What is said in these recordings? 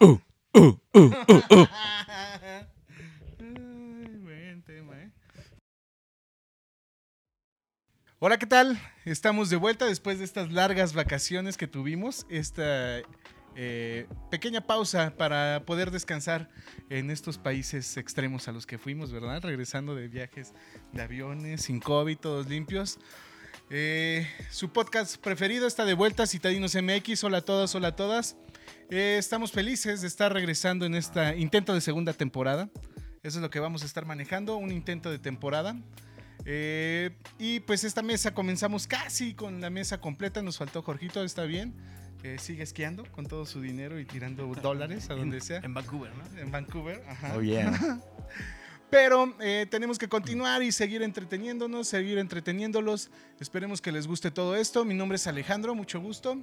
uh, uh, uh, uh. Ay, buen tema, ¿eh? Hola, ¿qué tal? Estamos de vuelta después de estas largas vacaciones que tuvimos, esta eh, pequeña pausa para poder descansar en estos países extremos a los que fuimos, ¿verdad? Regresando de viajes de aviones, sin COVID, todos limpios. Eh, su podcast preferido está de vuelta, Citadinos MX. Hola a todos, hola a todas. Eh, estamos felices de estar regresando en este intento de segunda temporada. Eso es lo que vamos a estar manejando, un intento de temporada. Eh, y pues esta mesa comenzamos casi con la mesa completa. Nos faltó Jorgito, está bien. Eh, sigue esquiando con todo su dinero y tirando dólares a donde sea. Ah. En Vancouver, ¿no? En Vancouver. Ajá. Oh, yeah. Pero eh, tenemos que continuar y seguir entreteniéndonos, seguir entreteniéndolos. Esperemos que les guste todo esto. Mi nombre es Alejandro, mucho gusto.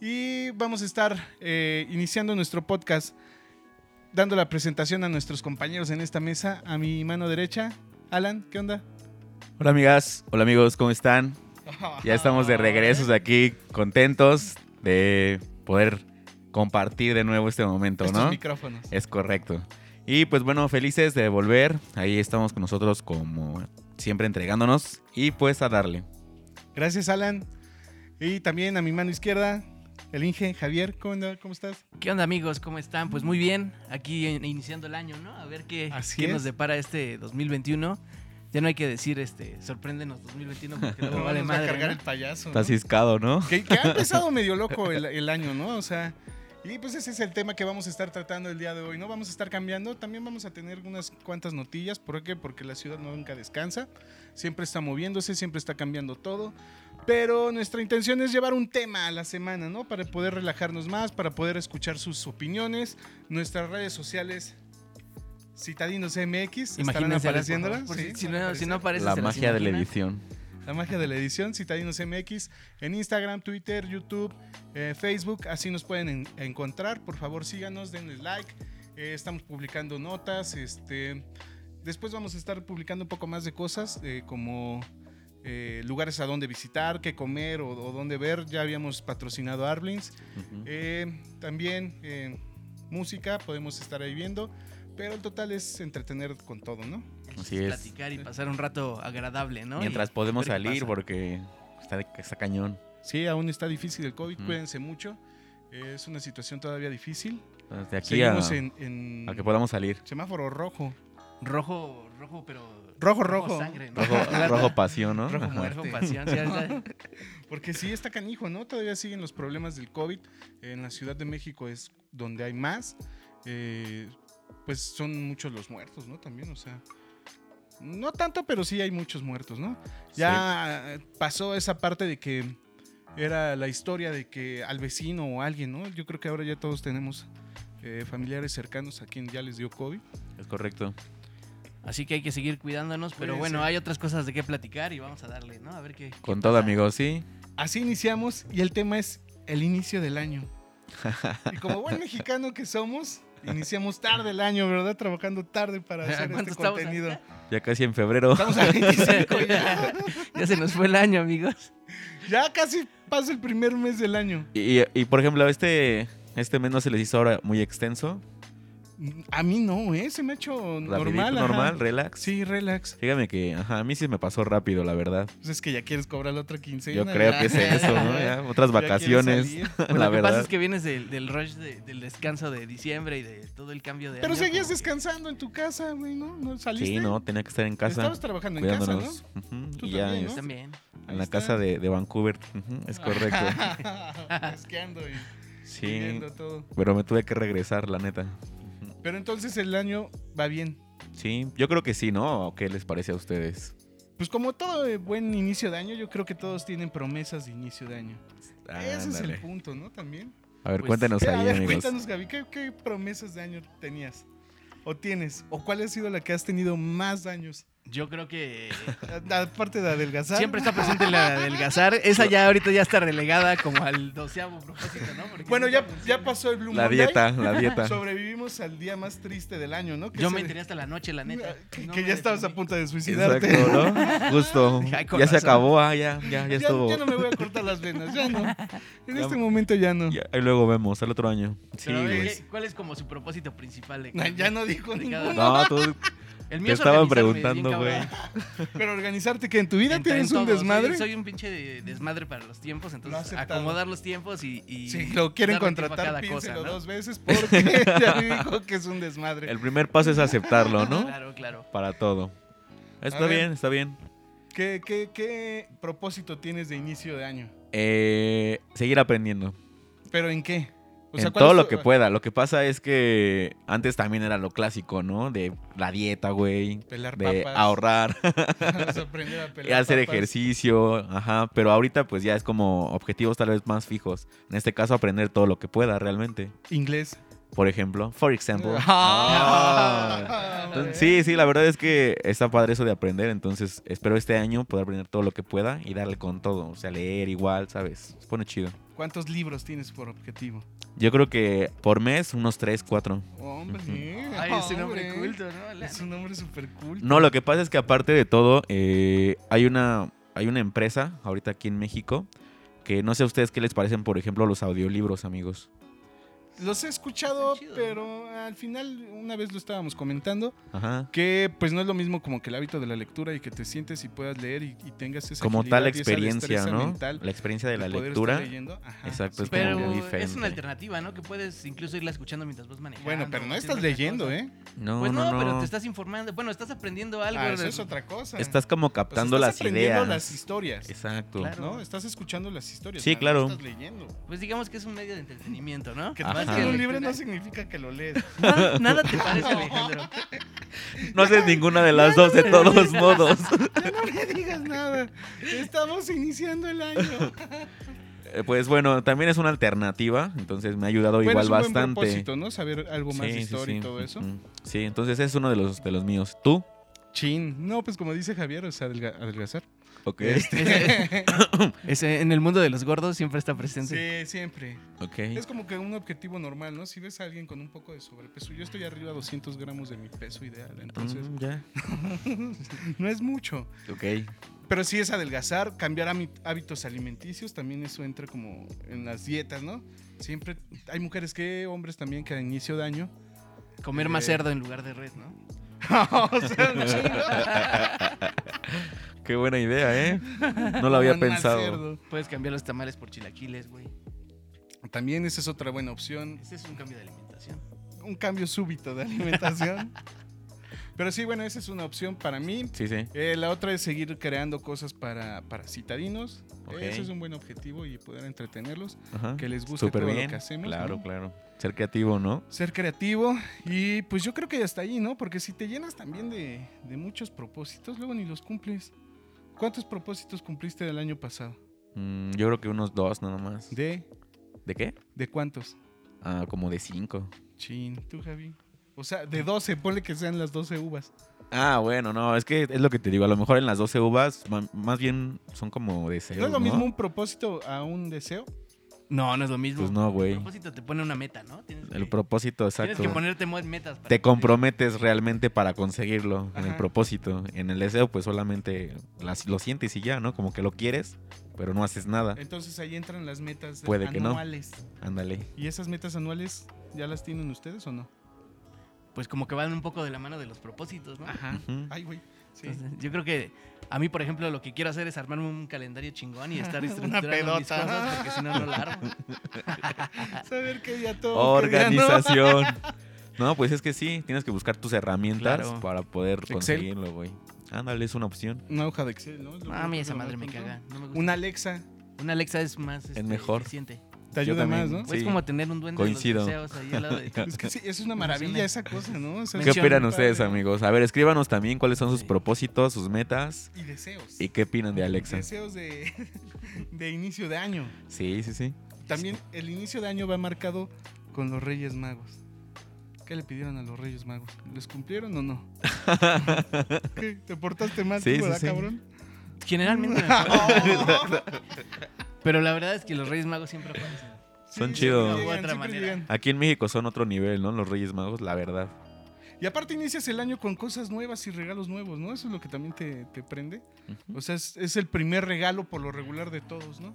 Y vamos a estar eh, iniciando nuestro podcast, dando la presentación a nuestros compañeros en esta mesa. A mi mano derecha, Alan, ¿qué onda? Hola amigas, hola amigos, ¿cómo están? Ya estamos de regresos aquí, contentos de poder compartir de nuevo este momento, Estos ¿no? micrófonos. Es correcto. Y pues bueno, felices de volver. Ahí estamos con nosotros como siempre entregándonos y pues a darle. Gracias, Alan. Y también a mi mano izquierda, el Inge, Javier, ¿cómo, anda? ¿Cómo estás? ¿Qué onda, amigos? ¿Cómo están? Pues muy bien, aquí in- iniciando el año, ¿no? A ver qué, Así qué es. nos depara este 2021. Ya no hay que decir, este, sorpréndenos 2021 porque luego Nos vale vamos a madre, cargar ¿no? el payaso. Está ¿no? ciscado, ¿no? Que, que ha empezado medio loco el, el año, ¿no? O sea, y pues ese es el tema que vamos a estar tratando el día de hoy, ¿no? Vamos a estar cambiando, también vamos a tener unas cuantas notillas, ¿por qué? Porque la ciudad nunca descansa, siempre está moviéndose, siempre está cambiando todo, pero nuestra intención es llevar un tema a la semana, ¿no? Para poder relajarnos más, para poder escuchar sus opiniones, nuestras redes sociales. Citadinos MX, estarán Imagínense, apareciéndolas. por favor, sí, por si, si van a no, si aparecer. no aparece, La se las magia de la imaginan. edición. La magia de la edición, Citadinos MX, en Instagram, Twitter, YouTube, eh, Facebook, así nos pueden en- encontrar. Por favor, síganos, denles like. Eh, estamos publicando notas. Este, después vamos a estar publicando un poco más de cosas, eh, como eh, lugares a dónde visitar, qué comer o, o dónde ver. Ya habíamos patrocinado Arblins. Ujú. Eh, también eh, música, podemos estar ahí viendo. Pero el total es entretener con todo, ¿no? Así Es es. pues Platicar y pasar un rato agradable, ¿no? Mientras Y podemos ver qué salir pasa. porque está, está cañón. Sí, aún está difícil el COVID, Mm. cuídense mucho. Es una situación todavía difícil. De aquí a, Seguimos en, en a que podamos salir. semáforo rojo. Rojo, rojo, pero... Rojo, rojo. sangre, ¿no? Rojo, Plata. rojo pasión, ¿no? Rojo Ajá. muerto. Rojo pasión, sí, ahorita- Porque sí está canijo, ¿no? Todavía siguen los problemas del COVID. En la Ciudad de México es donde hay más. Eh, pues son muchos los muertos, ¿no? También, o sea. No tanto, pero sí hay muchos muertos, ¿no? Ya eh, pasó esa parte de que era la historia de que al vecino o alguien, ¿no? Yo creo que ahora ya todos tenemos eh, familiares cercanos a quien ya les dio COVID. Es correcto. Así que hay que seguir cuidándonos, pero Cuídense. bueno, hay otras cosas de qué platicar y vamos a darle, ¿no? A ver qué... Con todo, amigos, sí. Así iniciamos y el tema es el inicio del año. Y como buen mexicano que somos, iniciamos tarde el año, ¿verdad? Trabajando tarde para hacer ¿Cuánto este estamos contenido. ahorita? Ya casi en febrero. Estamos a 25 ya. ya se nos fue el año, amigos. Ya casi pasa el primer mes del año. Y, y- y, por ejemplo, este, este mes no se les hizo ahora muy extenso. A mí no, ¿eh? Se me ha hecho Rapidito, normal. ajá. normal, relax. Sí, relax. Fíjame que ajá, a mí sí me pasó rápido, la verdad. Pues es que ya quieres cobrar la otra quincena. Yo creo ya. que es eso, ¿no? Ya, otras Ya quieres vacaciones, salir. Pues la lo que verdad. pasa es que vienes del, del rush de- del descanso de diciembre y de todo el cambio de Pero año, seguías como que- descansando en tu casa, güey, ¿no? ¿No saliste? Sí, no, tenía que estar en casa, Estabas trabajando en casa, ¿no? cuidándonos. Ujú, Tú y ya, también, es- ¿no? También. Ahí en la está. casa de, de Vancouver. Ujú, es correcto. Esqueando y y sí, viendo todo. pero me tuve que regresar, la neta. Ujú. Pero entonces el año va bien. Sí, yo creo que sí, ¿no? ¿O qué les parece a ustedes? Pues como todo eh, buen inicio de año, yo creo que todos tienen promesas de inicio de año. Ese es Ándale. el punto, ¿no? También. A ver, Pues, cuéntanos Eh, ahí, a ver, amigos. cuéntanos, Gaby, ¿qué, qué promesas de año tenías? ¿O tienes? ¿O cuál ha sido la que has tenido más daños? Yo creo que Aparte de adelgazar. siempre está presente la adelgazar. Esa ya ahorita ya está relegada como al doceavo propósito, ¿no? Porque Bueno, nunca ya, funciona. ya pasó el Blue La Monday. dieta, la dieta. Sobrevivimos al día más triste del año, ¿no? Yo se- me enteré hasta la noche, la neta. Que, No que me ya estabas a definí. punto de suicidarte. Exacto, ¿no? Justo. Ay, con Ya se razón. acabó, ah, ya, ya, ya Ya, estuvo. ya no me voy a cortar las venas, ya no. En Ya- este momento ya no. Ya, ahí luego vemos, al otro año. Sí, Pero, a ver, güey. ¿qué- ¿Cuál es como su propósito principal? de- No, ya no dijo de cada- ninguno. No, tú El te mío es estaban organizarme bien, preguntando, güey. cabrón. Pero organizarte que en tu vida En- tienes en un todo, desmadre. Soy, soy un pinche de- desmadre para los tiempos, entonces aceptado. acomodar los tiempos y. y Si lo quieren darle tiempo a contratar, cada piénselo cosa, ¿no? dos veces porque ya me dijo que es un desmadre. El primer paso es aceptarlo, ¿no? Claro, claro. Para todo. Está A ver. bien, está bien. ¿Qué, qué, qué propósito tienes de inicio de año? Eh, seguir aprendiendo. ¿Pero en qué? O en ¿cuál todo es lo tu- que pueda. Lo que pasa es que antes también era lo clásico, ¿no? De la dieta, güey. Pelar De papas. ahorrar, Aprender a pelar hacer papas. ejercicio, ajá. Pero ahorita pues ya es como objetivos tal vez más fijos. En este caso aprender todo lo que pueda realmente. Inglés. Por ejemplo, for example. Ah. Ah. Entonces, sí, sí, la verdad es que está padre eso de aprender. Entonces espero este año poder aprender todo lo que pueda y darle con todo. O sea, leer igual, ¿sabes? Se pone chido. ¿Cuántos libros tienes por objetivo? Yo creo que por mes unos 3, 4. Hombre, Ay, es un hombre culto, ¿no? La- Es un hombre súper culto. No, lo que pasa es que aparte de todo, eh, hay, una, hay una empresa ahorita aquí en México que no sé a ustedes qué les parecen, por ejemplo, los audiolibros, amigos. Los he escuchado, Está chido, pero al final, una vez lo estábamos comentando, Ajá. que pues no es lo mismo como que el hábito de la lectura y que te sientes y puedas leer y, y tengas esa Como agilidad tal y esa experiencia, destreza ¿no? mental La experiencia de la poder estar lectura. leyendo. Ajá, Exacto, sí. es como muy Pero es diferente. una alternativa, ¿no? Que puedes incluso irla escuchando mientras vas manejando. Bueno, pero no haciendo estás otra leyendo, cosa. ¿eh? No, Pues no, no, no. pero te estás informando. Bueno, estás aprendiendo algo. Ah, de- eso es otra cosa. Estás como O sea, captando estás las aprendiendo ideas. las historias. Exacto. Claro. ¿No? Estás escuchando las historias. Sí, nada más claro. Estás leyendo. Pues digamos que es un medio de entretenimiento, ¿no? Que te Ajá. vas Más a que leer un lectura. libro no significa que lo lees. Nada, nada te parece, Alejandro. No haces ninguna de las dos, de todos modos. Ya no me digas nada. Estamos iniciando el año. Eh, Pues bueno, también es una alternativa, entonces me ha ayudado Bueno, igual es un buen bastante. propósito, ¿no? Saber algo más de historia sí. Mm. y todo eso. Ujú. Sí, entonces es uno de los, de los míos. ¿Tú? Chin. No, pues como dice Javier, o sea, adelga- adelgazar. Este. Ok. Ese- ese- en el mundo de los gordos siempre está presente. Sí, siempre. Ok. Mm, Es como que un objetivo normal, ¿no? Si ves a alguien con un poco de sobrepeso, yo estoy arriba a 200 gramos de mi peso ideal, entonces Mm, ya. no es mucho. Ok. Pero sí es adelgazar, cambiar hami- hábitos alimenticios, también eso entra como en las dietas, ¿no? Siempre hay mujeres que, hombres también, que a inicio de año. Comer más Eh. cerdo en lugar de red, ¿no? o sea, un chingo. Qué buena idea, ¿eh? No lo había Coman más pensado. cerdo. Puedes cambiar los tamales por chilaquiles, güey. También esa es otra buena opción. Ese es un cambio de alimentación. Un cambio súbito de alimentación. Pero sí, bueno, esa es una opción para mí. Sí, sí. Eh, la otra es seguir creando cosas para, para citadinos. Ok. Ese es un buen objetivo y poder entretenerlos. Ajá. Que les guste Súper todo bien. lo que hacemos. claro, ¿no? claro. Ser creativo, ¿no? Ser creativo. Y pues yo creo que hasta ahí, ¿no? Porque si te llenas también de, de muchos propósitos, luego ni los cumples. ¿Cuántos propósitos cumpliste del año pasado? Mm, yo creo que unos dos nada más. ¿De, ¿De, qué? de cuántos? Ah, como de cinco. Chin, tú, Javi. O sea, de 12, ponle que sean las 12 uvas. Ah, bueno, no, es que es lo que te digo. A lo mejor en las 12 uvas, ma- más bien son como deseos. ¿No es lo mismo un propósito a un deseo? No, no es lo mismo. Pues no, güey. El propósito te pone una meta, ¿no? Tienes El que- propósito, Tienes exacto. que ponerte mo- metas. para Te cumplir. comprometes realmente para conseguirlo en el Ajá. propósito. En el deseo, pues solamente las- lo sientes y ya, ¿no? Como que lo quieres, pero no haces nada. Entonces ahí entran las metas Ah. Puede que no. anuales. Ándale. ¿Y esas metas anuales ya las tienen ustedes o no? Pues como que van un poco de la mano de los propósitos, ¿no? Ajá. Ujú. Ay, güey. Ah, Sí. Entonces, yo creo que a mí, por ejemplo, lo que quiero hacer es armarme un calendario chingón y estar estructurando mis pedota. cosas porque si no, no la armo. ah. Saber qué día todo. qué día no. Organización. No, pues es que sí, tienes que buscar tus herramientas Claro. para poder Excel. conseguirlo, güey. Ándale, es una opción. Una hoja de Excel, ¿no? Es lo No, a mí que esa se madre me apunta. caga. No me gusta. Una Alexa Una Alexa es más este, mejor. eficiente. te Yo ayuda más, también, ¿no? sí. Es como tener un duende Coincido. de los deseos ahí al lado de ti. Es que sí, es una maravilla Funciona. esa cosa, ¿no? O sea, ¿Qué Mención, opinan padre. ustedes, amigos? A ver, escríbanos también cuáles son sus Sí. propósitos, sus metas Y deseos. y qué opinan de Alexa. Deseos de, de inicio de año. Sí, sí, sí. También el inicio de año va marcado con los Reyes Magos. ¿Qué le pidieron a los Reyes Magos? ¿Les cumplieron o no? ¿Qué? ¿Te portaste mal, Sí, tú, sí, verdad, sí. cabrón? Generalmente. Pero la verdad es que los Reyes Magos siempre aparecen. Son Sí, chidos. siempre llegan, De otra siempre manera. llegan. Aquí en México son otro nivel, ¿no? Los Reyes Magos, la verdad. Y aparte inicias el año con cosas nuevas y regalos nuevos, ¿no? Eso es lo que también te, te prende. O sea, es, es el primer regalo por lo regular de todos, ¿no?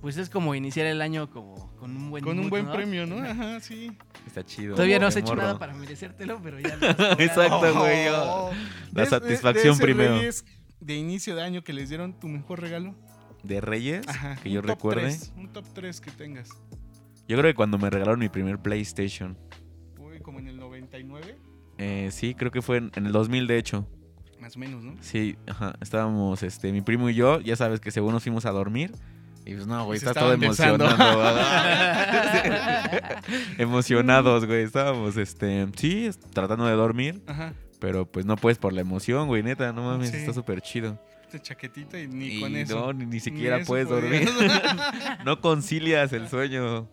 Pues es como iniciar el año como con un buen Con un mood, buen ¿no? premio, ¿no? Ajá, sí. Está chido. Todavía no De has hecho morro. nada para merecértelo, pero ya lo has logrado. Exacto, güey. yo- La Oh. De- de- satisfacción de ese primero. Reyes de inicio de año que les dieron tu mejor regalo. De Reyes, Ajá, que yo un top recuerde. tres, un top 3 que tengas. Yo creo que cuando me regalaron mi primer PlayStation. Uy, como en el 99, Eh, sí, creo que fue en, en el 2000, de hecho. más o menos, ¿no? Sí, ajá. Estábamos, este, mi primo y yo, ya sabes que según nos fuimos a dormir. Y pues no, güey, Se estás todo estaban besando. emocionado. Emocionados, güey. Estábamos, este, sí, es- tratando de dormir. Ajá. Pero pues no puedes por la emoción, güey, neta. No mames, Sí. está súper chido. Esta chaquetita y ni Y con eso. No, ni, ni siquiera eso puedes dormir. podías. no concilias el sueño.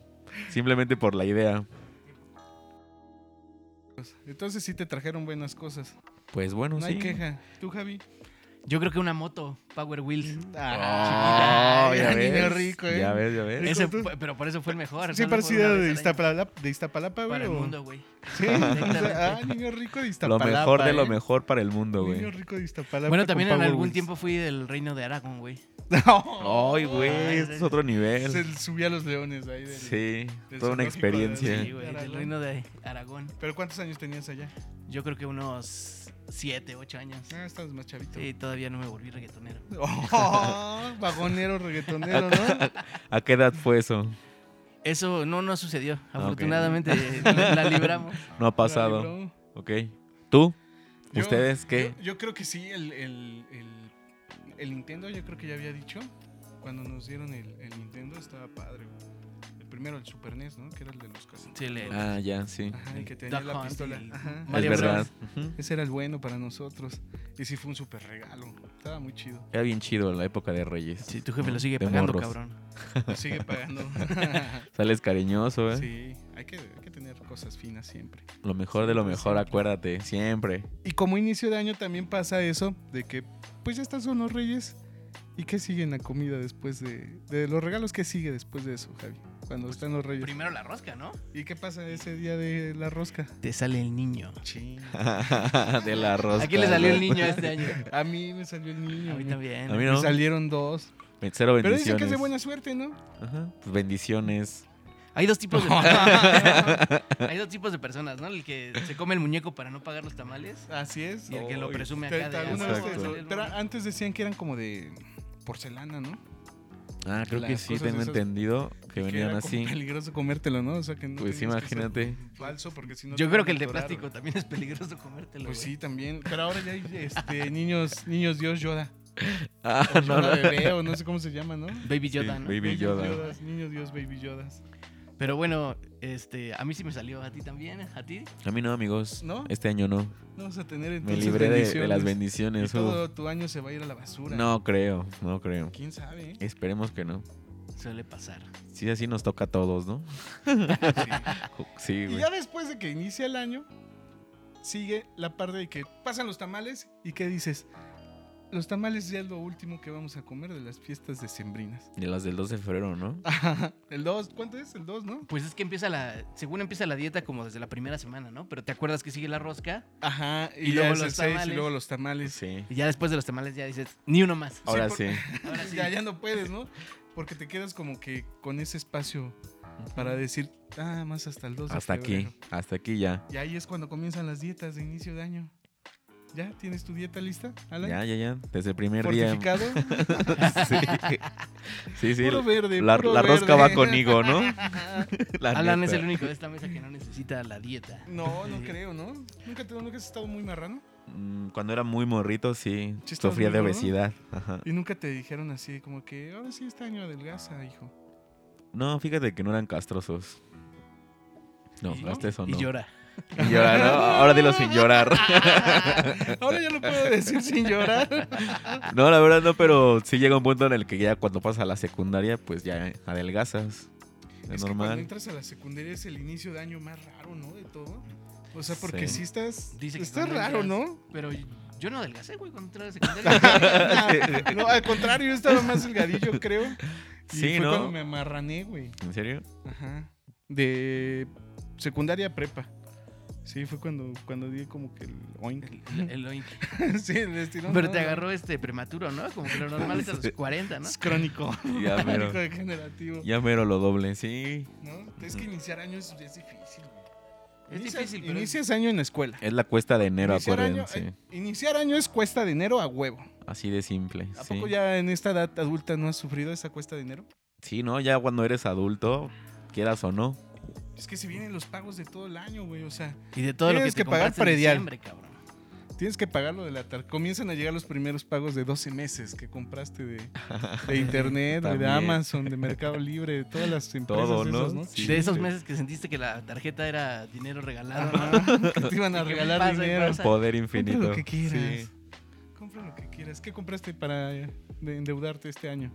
Simplemente por la idea. Entonces sí te trajeron buenas cosas. Pues bueno, No sí. hay queja. ¿Tú, Javi? Yo creo que una moto, Power Wheels. Ah, Ah, ya, niño ves, rico, ¿eh? ya ves, ya ves. Ese tú- fue- pero por eso fue el mejor. Sí, solo fue parecido una vez de al año. Iztapalapa, de Iztapalapa, güey. ¿eh? Para el o- mundo, güey. Sí, Directamente. ah, niño rico de Lo Iztapalapa. mejor de lo ¿eh? mejor para el mundo, Niño güey. rico de Iztapalapa. Bueno, con también en Power algún Wheels. tiempo fui del reino de Aragón, güey. No. Ay, güey, esto es otro Se nivel. le subía a los leones ahí. del- Sí, del toda zoológico de- una experiencia. Sí, güey, del Aragón. reino de Aragón. ¿Pero cuántos años tenías allá? Yo creo que unos 7, 8 años. Ah, estabas más chavito. Sí, todavía no me volví reggaetonero. Oh, vagonero, reggaetonero, Ah, ¿no? ¿A qué edad fue eso? Eso no, no sucedió. ok. Afortunadamente la la libramos. No ha pasado. Órale, bro. Ok. ¿Tú? Yo- ¿Ustedes qué? Yo, yo creo que sí, el, el- el- el Nintendo, yo creo que ya había dicho. Cuando nos dieron el, el Nintendo estaba padre. güey. El primero, el Super NES, ¿no? Que era el de los casetes. Sí, le- Ah, ya, sí. Ajá, el que tenía Duck la Hunt pistola. y Ajá. Es Mario Bros. verdad. Ujú. Ese era el bueno para nosotros. Y sí fue un super regalo. Estaba muy chido. Era bien chido la época de Reyes. Sí, tu jefe lo sigue De pagando, morros. cabrón. Lo sigue pagando. Sales cariñoso, ¿eh? sí, hay que, hay que tener cosas finas siempre. Lo mejor de lo mejor, Siempre. acuérdate, siempre. Y como inicio de año también pasa eso, de que pues ya están son los reyes. ¿Y qué sigue en la comida después de, de los regalos? ¿Qué sigue después de eso, Javi? Cuando Pues, están los reyes. Primero la rosca, ¿no? ¿Y qué pasa ese día de la rosca? Te sale el niño. de la rosca. Aquí le salió el güey. niño este año. A mí me salió el niño. A mí güey. también. A mí Me no. salieron dos. Cero bendiciones. Pero dicen que es de buena suerte, ¿no? Ajá. Pues bendiciones. Hay dos tipos de Hay dos tipos de personas, ¿no? El que se come el muñeco para no pagar los tamales Así es. y el que lo Ay, presume Te- acá te- de, alguna "Ah, vez Exacto. te- salió el pero muñeco". antes decían que eran como de porcelana, ¿no? Ah, creo que Las sí, cosas tengo esas entendido que venían era como así. peligroso comértelo, ¿no? O sea, que no Pues tenías que ser imagínate. Falso, porque si no. te Yo van creo a que el de atorar, plástico güey. también es peligroso comértelo. Pues güey. sí, también. Pero ahora ya hay este, niños, niños Dios Yoda. Ah, O no, Yoda no. bebé, o no sé cómo se llama, ¿no? Baby Yoda, Sí, ¿no? Baby Niños Yoda. Yodas, niños Dios Baby Yodas. Pero bueno, este, a mí sí me salió, a ti también, a ti. A mí no, amigos. ¿No? Este año no. Vamos a tener Me entonces libré de, de las bendiciones. bendiciones. Y todo tu año se va a ir a la uf. basura. No creo, no creo. ¿Quién sabe? eh? Esperemos que no. Suele pasar. Sí, así nos toca a todos, ¿no? Sí. Sí, Y güey. ya después de que inicia el año, sigue la parte de que pasan los tamales y ¿qué dices? Los tamales ya es lo último que vamos a comer de las fiestas decembrinas. De las del 2 de febrero, ¿no? El 2, ¿cuánto es? El 2, ¿no? Pues es que empieza la, según empieza la dieta como desde la primera semana, ¿no? Pero te acuerdas que sigue la rosca Ajá, Y luego ya es los el seis, tamales. y luego los tamales. Sí. y ya después de los tamales ya dices, ni uno más. Ahora por- sí. Ahora sí. ya, ya no puedes, ¿no? Porque te quedas como que con ese espacio para decir, ah, más hasta el 2 de Hasta aquí, febrero". hasta aquí ya. Y ahí es cuando comienzan las dietas de inicio de año. ¿Ya tienes tu dieta lista, Alan? Ya, ya, ya. Desde el primer día. ¿Fortificado? Sí, sí. sí. Puro verde, La, puro la rosca verde. va conmigo, ¿no? Ah, La Alan es neta. el único de esta mesa que no necesita la dieta. No, no Sí. creo, ¿no? ¿Nunca, te, ¿Nunca has estado muy marrano? Mm, Cuando era muy morrito, sí. ¿Sí estabas sufría muy de gordo? obesidad. Ajá. Y nunca te dijeron así, como que, ahora sí, este año adelgaza, hijo. No, fíjate que no eran castrosos. No, Y- hasta eso no. Y llora. Y llora, ¿no? Ahora dilo sin llorar. Ahora ya lo puedo decir sin llorar. No, la verdad no, pero sí llega un punto en el que ya cuando pasas a la secundaria, pues ya adelgazas. Es, Es que cuando normal. entras a la secundaria es el inicio de año más raro, ¿no? De todo. O sea, porque Sí. si estás. Dice que está cuando raro, entras- ¿no? Pero yo no adelgacé, güey, cuando entré a la secundaria. no, al contrario, yo estaba más delgadillo, creo. Y Sí, fue ¿no? cuando me amarrané, güey. ¿En serio? Ajá. De secundaria a prepa. Sí, fue cuando, cuando di como que el oink. El- el oink. sí, el estirón. Pero ¿no? te agarró este prematuro, ¿no? Como que lo normal es a los 40, ¿no? Es crónico. Ya Crónico mero, degenerativo. ya mero lo doble, sí. ¿no? Es que iniciar año es, es difícil, güey. Es Inicias- difícil, pero. Inicias año en la escuela. Es la cuesta de enero, Iniciar año, acuérdense. eh, iniciar año es cuesta de enero a huevo. Así de simple. ¿A sí. poco ya en esta edad adulta no has sufrido esa cuesta de enero? Sí, ¿no? Ya cuando eres adulto, quieras o no. Es que se vienen los pagos de todo el año, güey. O sea, Y de todo lo que Tienes te que pagar compraste en predial. diciembre, cabrón. tienes que pagar lo de la tarjeta. Comienzan a llegar los primeros pagos de 12 meses que compraste de, de internet, güey, de También. Amazon, de Mercado Libre, de todas las empresas. Todo, de ¿no? esas, ¿no? Sí. de esos meses que sentiste que la tarjeta era dinero regalado, ¿no? Ajá, que te iban a Que me regalar pasa, me dinero. pasa. Poder Compra infinito. lo que quieras. Sí. Compra lo que quieras. ¿Qué compraste para eh, de- endeudarte este año?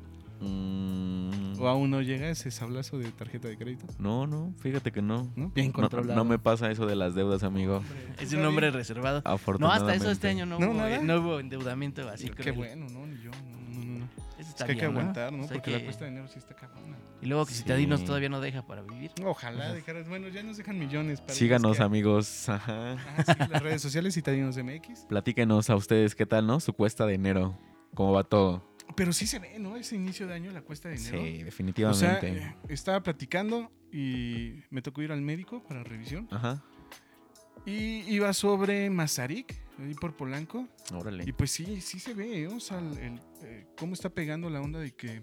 Mm, ¿O aún no llega ese sablazo de tarjeta de crédito? no, no, fíjate que no. ¿No? Bien No, controlado. no me pasa eso de las deudas, amigo. Es un hombre reservado. No, Afortunadamente. hasta eso este año no, No, hubo, nada. eh, no hubo endeudamiento así. Qué cruel. bueno, ¿no? Ni yo. No, no, no, no. Eso Es está que hay que bien, ¿no? aguantar, ¿no? O sea, Porque que- la cuesta de enero sí está cabrona. Y luego que si te Sí. dinos todavía no deja para vivir. Ojalá dejaras. Bueno, ya nos dejan millones. Para Síganos, los que- amigos. Ajá. Ah, sí, las redes sociales Citadinos MX. Platíquenos a ustedes qué tal, ¿no? Su cuesta de enero. ¿Cómo va todo? Pero sí se ve, ¿no? Ese inicio de año, la cuesta de enero. Sí, O sea, definitivamente. eh, estaba platicando y me tocó ir al médico para revisión. Ajá. Y iba sobre Mazarik, ahí por Polanco. Y Órale. pues sí, sí se ve, ¿eh? o sea, el- el, eh, cómo está pegando la onda de que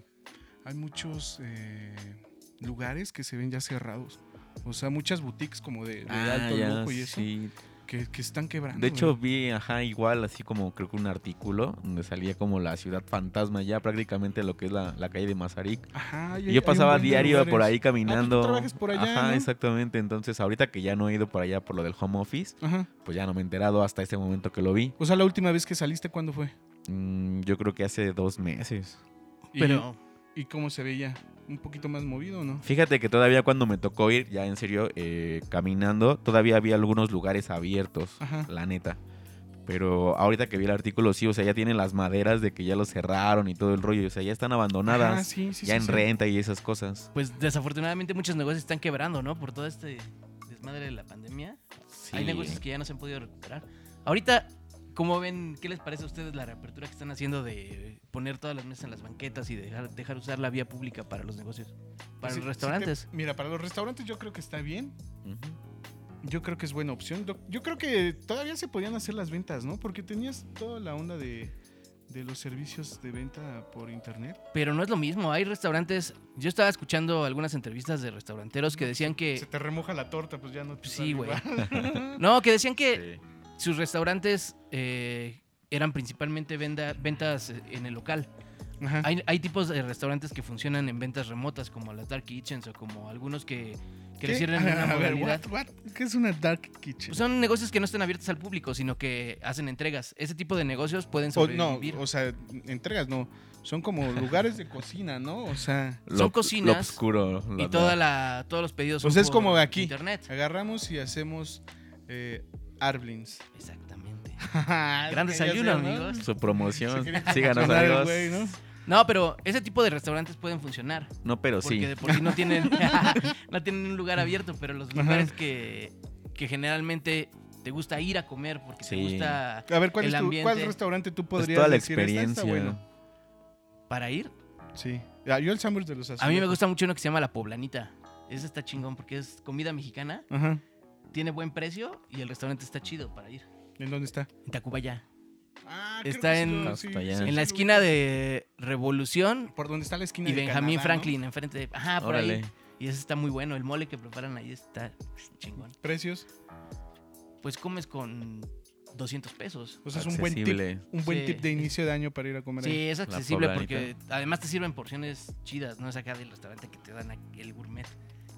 hay muchos eh, lugares que se ven ya cerrados. O sea, muchas boutiques como de, de alto lujo y eso, Ah, sí. que, que están quebrando. De hecho, güey. vi, ajá, igual, así como creo que un artículo donde salía como la ciudad fantasma, ya prácticamente lo que es la, la calle de Mazarik. Ajá, hay- Y hay yo un pasaba buen de diario lugares. Ah, pues, por ahí caminando. trabajas por allá, Ajá, ¿no? exactamente. Entonces, ahorita que ya no he ido por allá por lo del home office, Ajá. pues ya no me he enterado hasta este momento que lo vi. O sea, la última vez que saliste, ¿cuándo fue? Mm, yo creo que hace dos meses. Y- Pero ¿Y cómo se veía? ¿Un poquito más movido o no? Fíjate que todavía cuando me tocó ir, ya en serio, eh, caminando, todavía había algunos lugares abiertos, Ajá. la neta. Pero ahorita que vi el artículo, sí, o sea, ya tienen las maderas de que ya los cerraron y todo el rollo, o sea, ya están abandonadas, Ah, sí, sí, ya sí, en sí. renta y esas cosas. pues desafortunadamente muchos negocios están quebrando, ¿no? Por todo este desmadre de la pandemia. Sí. Hay negocios que ya no se han podido recuperar. Ahorita, ¿cómo ven? ¿Qué les parece a ustedes la reapertura que están haciendo de poner todas las mesas en las banquetas y dejar, dejar usar la vía pública para los negocios? Para Sí, los sí restaurantes. te- mira, para los restaurantes yo creo que está bien. Ujú. Yo creo que es buena opción. Yo- Yo creo que todavía se podían hacer las ventas, ¿no? Porque tenías toda la onda de, de los servicios de venta por internet. Pero no es lo mismo. Hay restaurantes. Yo estaba escuchando algunas entrevistas de restauranteros que decían Se que. te remoja la torta, pues ya no te Eh, Sí, sale güey. igual. No, que decían que Eh, Sí. sus restaurantes eh, eran principalmente venda- ventas eh, en el local. Ajá. Hay, hay tipos de restaurantes que funcionan en ventas remotas, como las Dark Kitchens o como algunos que, que le ¿Qué? sirven A una ver, modalidad. what, what? ¿Qué es una dark kitchen? Pues son negocios que no están abiertos al público, sino que hacen entregas. Ese tipo de negocios pueden O- no, sobrevivir. o sea, entregas no. Son como lugares de cocina, ¿no? O sea, Lo- Son cocinas Lo oscuro. y toda la, todos los pedidos. Pues son es por como aquí. Internet. agarramos y hacemos eh, arblins. Exactamente. Gran Gran desayuno, amigos. Su promoción. Se quería Síganos, promocionar el amigos. güey, ¿no? ¿no? No, pero ese tipo de restaurantes pueden funcionar. pero Porque sí. de por sí no tienen, no tienen un lugar abierto, pero los lugares que, que generalmente te gusta ir a comer porque te Sí. gusta A ver, ¿cuál, El es tu- ambiente. ¿cuál restaurante tú Pues podrías toda la decir? "Esta experiencia. está bueno"? para ir. Sí. Ah, Yo el sándwich de los Pues azules. A mí me gusta mucho uno que se llama La Poblanita. Ese está chingón porque es comida mexicana, Ajá. tiene buen precio y el restaurante está chido para ir. ¿En dónde está? En Tacubaya. Ah, creo Está que sí en- lo- sí, Hasta allá. sí, En la esquina de Revolución Por donde está la esquina y de Benjamín Canadá, Franklin, enfrente. de- Ajá, Ah, por Órale. ahí. Y ese está muy bueno. El mole que preparan ahí está chingón. ¿no? Precios. Pues comes con 200 pesos. O sea, Pues es un buen tip. Accesible. Un buen Sí. tip de inicio de año para ir a comer ahí. Sí, es La accesible porque poblanita. además te sirven porciones chidas, no es acá del restaurante que te dan aquí el gourmet,